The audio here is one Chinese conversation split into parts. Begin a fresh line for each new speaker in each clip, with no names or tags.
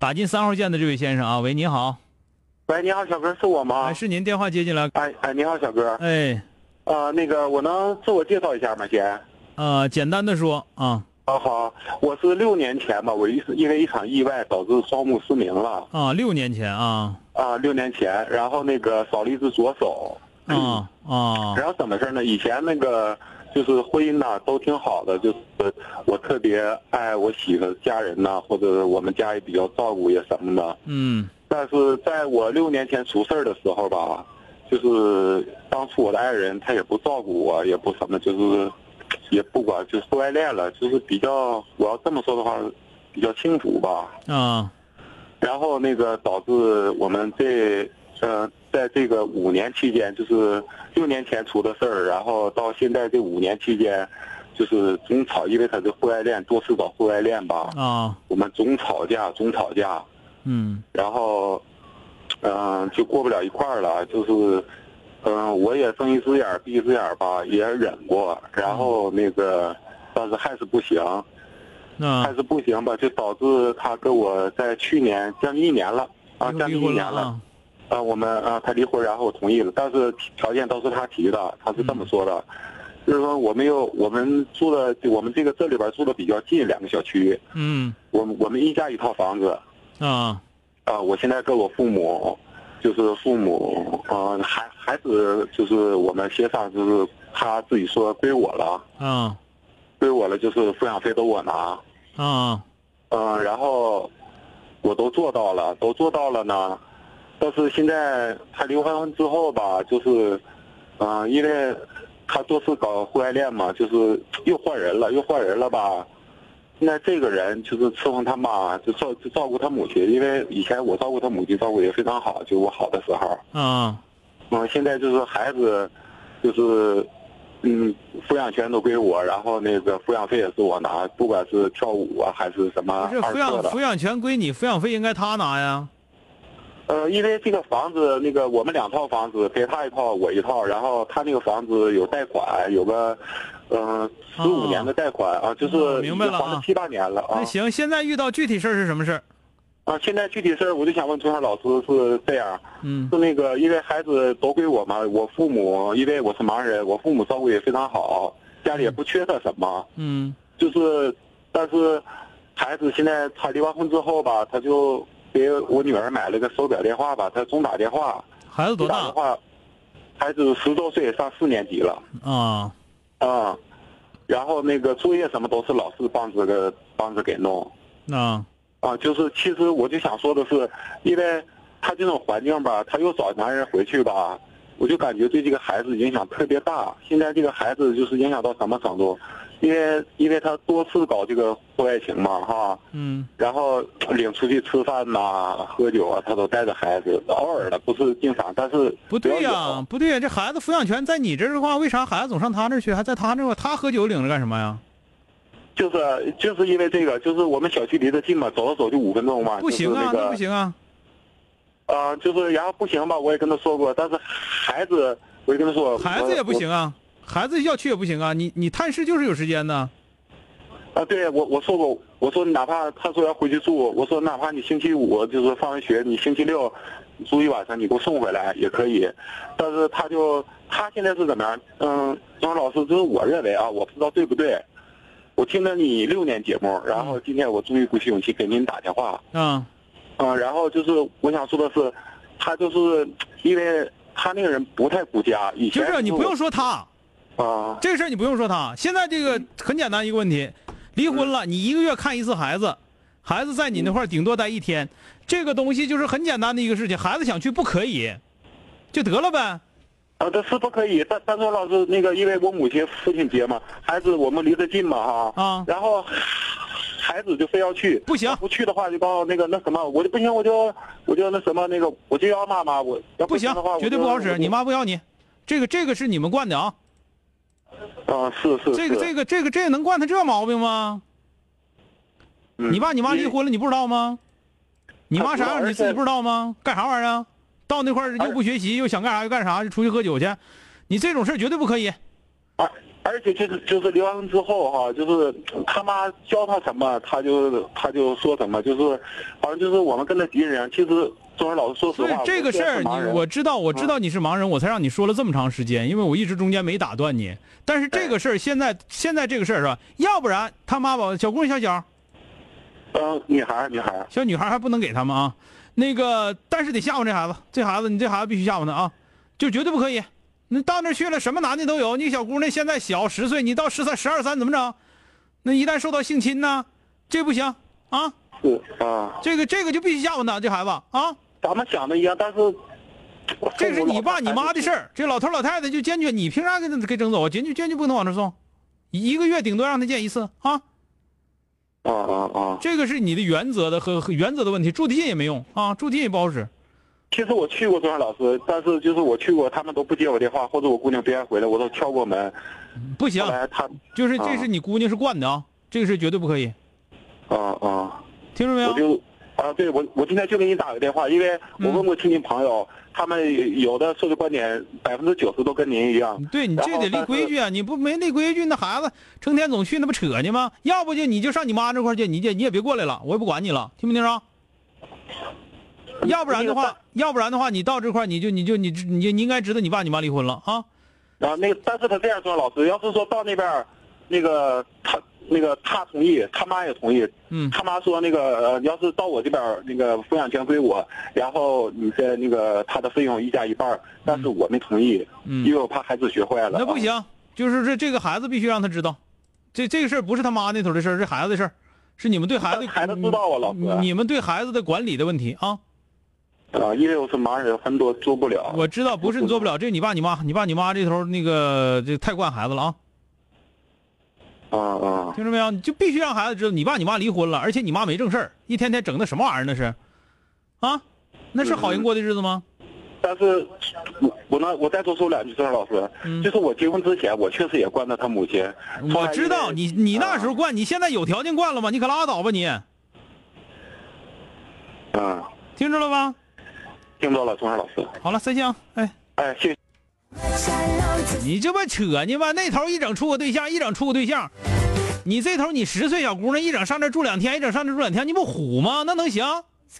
打进三号线的这位先生啊，喂，你好，
喂，你好，小哥，是我吗
哎，？是您电话接进来，
哎哎，你好，小哥。
哎，
呃，那个，我能自我介绍一下吗，先？啊、
呃，简单的说啊
好，我是六年前吧，我一因为一场意外导致双目失明了
啊，六年前啊
啊、六年前，然后那个少了一只左手，嗯
啊啊
然后怎么事儿呢？以前那个就是婚姻呐、都挺好的，就是我特别爱我媳妇儿家人呐、或者我们家也比较照顾呀什么的，
嗯
但是在我六年前出事儿的时候吧，就是当初我的爱人他也不照顾我，也不什么，就是也不管，就是婚外恋了，就是比较我要这么说的话，比较清楚吧。
啊
然后那个导致我们这呃，在这个五年期间，就是六年前出的事儿，然后到现在这五年期间，就是总吵，因为他的婚外恋多次搞婚外恋吧，
啊，
我们总吵架，总吵架。
嗯
然后，嗯、就过不了一块儿了。就是，嗯、我也睁一只眼儿闭一只眼儿吧，也忍过。然
嗯
后那个，但是还是不行，
那、
还是不行吧，就导致他跟我在去年将近一年了啊，
又
将
离
近一
婚
年
了啊。
啊，我们啊，他离婚，然后我同意了，但是条件都是他提的，他是这
嗯
么说的，就是说我们又我们住的我们这个这里边住的比较近，两个小区，
嗯
我们我们一家一套房子，
啊
啊、我现在跟我父母，就是父母，呃，孩孩子就是我们协商，就是他自己说归我了，
啊
归我了，就是抚养费都我拿，
啊
嗯、然后我都做到了，都做到了呢，但是现在他离婚之后吧，就是，嗯、因为他多次搞婚外恋嘛，就是又换人了，又换人了吧。现在这个人就是伺候他妈，就照就照顾他母亲，因为以前我照顾他母亲，照顾也非常好，就我好的时候。
啊
嗯，现在就是孩子，就是，嗯，抚养权都归我，然后那个抚养费也是我拿，不管是跳舞啊还是什么
不是
二
抚
课
养
的
抚。养权归你，抚养费应该他拿呀。
呃，因为这个房子，那个我们两套房子，给他一套，我一套，然后他那个房子有贷款，有个，嗯、呃，十五
哦
年的贷款啊，就是
哦明白了啊
房子七八年了啊
那。行，现在遇到具体事儿是什么事儿？
啊，现在具体事儿我就想问钟晓老师是这样，
嗯
是那个因为孩子都归我嘛，我父母因为我是盲人，我父母照顾也非常好，家里也不缺他什么，
嗯
就是，但是孩子现在他离完婚之后吧，他就给我女儿买了个手表电话吧，他总打电话，
孩子
总
多
打电
大
话，孩子十周岁上四年级了，
啊？
啊、然后那个作业什么都是老师帮着给帮着给弄，
啊
啊，就是其实我就想说的是，因为他这种环境吧，他又找男人回去吧，我就感觉对这个孩子影响特别大。现在这个孩子就是影响到什么程度？因为因为他多次搞这个婚外情嘛，哈，
嗯
然后领出去吃饭呐、喝酒啊，他都带着孩子，偶尔的不是经常，但是
不对
只
呀、
要有
不对呀、这孩子抚养权在你这儿的话，为啥孩子总上他那儿去，还在他那儿？他喝酒领着干什么呀？
就是就是因为这个，就是我们小区离得近嘛，走着走就五分钟嘛，
不行
就是
啊，
那个、
那不行啊！
啊、就是然后不行吧，我也跟他说过，但是孩子，我就跟他说，呃
孩子也不行啊，孩子要去也不行啊。你你探视就是有时间的，
我。啊，对我我说过，我说哪怕他说要回去住，我说哪怕你星期五就是放完学，你星期六住一晚上，你给我送回来也可以。但是他就他现在是怎么样？嗯，张老师，就是我认为啊，我不知道对不对。
嗯
我听了你六年节目，然后今天我终于鼓起勇气给您打电话，
啊
嗯、然后就是我想说的是，他就是因为他那个人不太顾家，以前
就是你不用说他
啊，
这个事儿，你不用说他。现在这个很简单一个问题，离婚了，你一个月看一次孩子，孩子在你那块儿顶多待一天，这个东西就是很简单的一个事情。孩子想去不可以，就得了呗。
啊，这是不可以。但但是老师那个，因为我母亲父亲节嘛，孩子我们离得近嘛哈，
啊
然后孩子就非要去，
不行
不去的话就告那个那什么，我就不行，我就我就那什么那个，我就要妈妈，我要
不行
行的话，，
绝对
我
不
就
好使。你妈不要你，这个这个是你们惯的啊。
啊，是是
这个这
个，
个这个这能惯他这毛病吗？
嗯
你爸你妈离，婚了，你不知道吗？你妈啥
他
样
主要
你自己
是
不知道吗？干啥玩意儿啊？到那块儿又不学习，又想干啥就干啥，就出去喝酒去，你这种事儿绝对不可以。
而而且就是就是离完婚之后哈、就是他妈教他什么，他就他就说什么，就是好像就是我们跟他敌人。其实中文老师说实
所以
话，
这个事儿，
我
你我知道，我知道
嗯
你是盲人，我才让你说了这么长时间，因为我一直中间没打断你。但是这个事儿，现在现在这个事儿是吧？要不然他妈把小姑娘、小小
嗯、呃女孩儿女孩儿
小女孩还不能给他们啊。那个，但是得吓唬这孩子，这孩子你这孩子必须吓唬他啊，就绝对不可以。你到那儿去了，什么男的都有。你小姑娘现在小十岁，你到十三、十二三怎么整？那一旦受到性侵呢，这不行啊！
是啊，
这个这个就必须吓唬他，这孩子啊，
咱们想的一样，但是我
这是
父母
你
老
爸你妈的事儿。这老头老太太就坚决，你凭啥给他给整走啊？坚决坚决不能往那儿送，一个月顶多让他见一次啊。
啊啊啊！
这个是你的原则的和和原则的问题，住地也没用啊，住地也不好使。
其实我去过中文老师，但是就是我去过，他们都不接我电话，或者我姑娘不愿意回来，我都敲过门。
不行
后，来他
就是
啊
这是你姑娘是惯的啊，这个是绝对不可以，
啊啊
听着没
我
有？
就啊，对我我今天就给你打个电话，因为我
嗯
问过亲戚朋友，他们有的社会观点百分之九十都跟您一样。
对你这得立规矩啊！你不没立规矩，那孩子成天总去，那不扯呢吗？要不就你就上你妈这块儿去，你就你也别过来了，我也不管你了，听没听着？要不然的话，要不然的话，你到这块儿你就你就你知你就你应该知道你爸你妈离婚了啊！
然后那个，但是他这样说，老师，要是说到那边儿，那个他那个他同意，他妈也同意，
嗯
他妈说那个呃，要是到我这边儿那个抚养权归我，然后你的那个他的费用一家一半儿，但是我没同意，
嗯
因为我怕孩子学坏了。啊
那不，行，就是这这个孩子必须让他知道，这这个事儿不是他妈那头的事儿，是孩子的事儿，是你们对孩子
孩子知道啊老哥
你们对孩子的管理的问题啊。
啊，因为我是盲人，很多做不了。
我知道不是你做不了，这你爸你妈，你爸你妈这头那个这太惯孩子了啊，
啊啊
听着没有？你就必须让孩子知道你爸你妈离婚了，而且你妈没正事儿，一天天整那什么玩意儿那是，啊，那是好人过的日子吗？
但是我我呢，我再多说两句，郑老师，
嗯
就是我结婚之前，我确实也惯着他母亲。后
我
来
知
因
道
为
你你那时候
啊
惯，你现在有条件惯了吗？你可拉倒吧你，
嗯，
听着了吧？
听到了，郑老师，
好了，再见啊，哎。
哎，谢谢。
你这不扯呢吗？那头一整处个对象，一整处个对象，你这头你十岁小姑娘一整上这住两天，一整上这住两天，你不虎吗？那能行？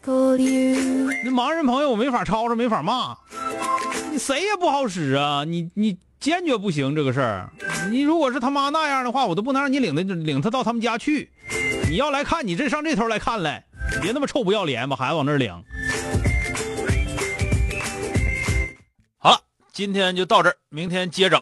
那盲人朋友我没法吵吵，没法骂，你谁也不好使啊！你你坚决不行这个事儿。你如果是他妈那样的话，我都不能让你领他领他到他们家去。你要来看，你这上这头来看来，你别那么臭不要脸，把孩子往那儿领。好了，今天就到这儿，明天接着。啊